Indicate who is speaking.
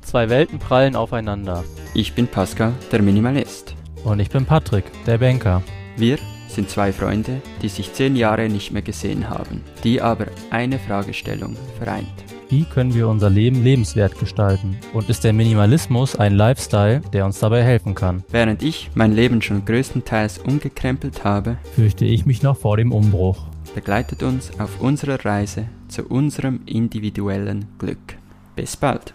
Speaker 1: Zwei Welten prallen aufeinander.
Speaker 2: Ich bin Pascal, der Minimalist.
Speaker 3: Und ich bin Patrick, der Banker.
Speaker 2: Wir sind zwei Freunde, die sich zehn Jahre nicht mehr gesehen haben, die aber eine Fragestellung vereint.
Speaker 3: Wie können wir unser Leben lebenswert gestalten? Und ist der Minimalismus ein Lifestyle, der uns dabei helfen kann?
Speaker 2: Während ich mein Leben schon größtenteils umgekrempelt habe,
Speaker 3: Fürchte ich mich noch vor dem Umbruch.
Speaker 2: begleitet uns auf unserer Reise zu unserem individuellen Glück. Bis bald!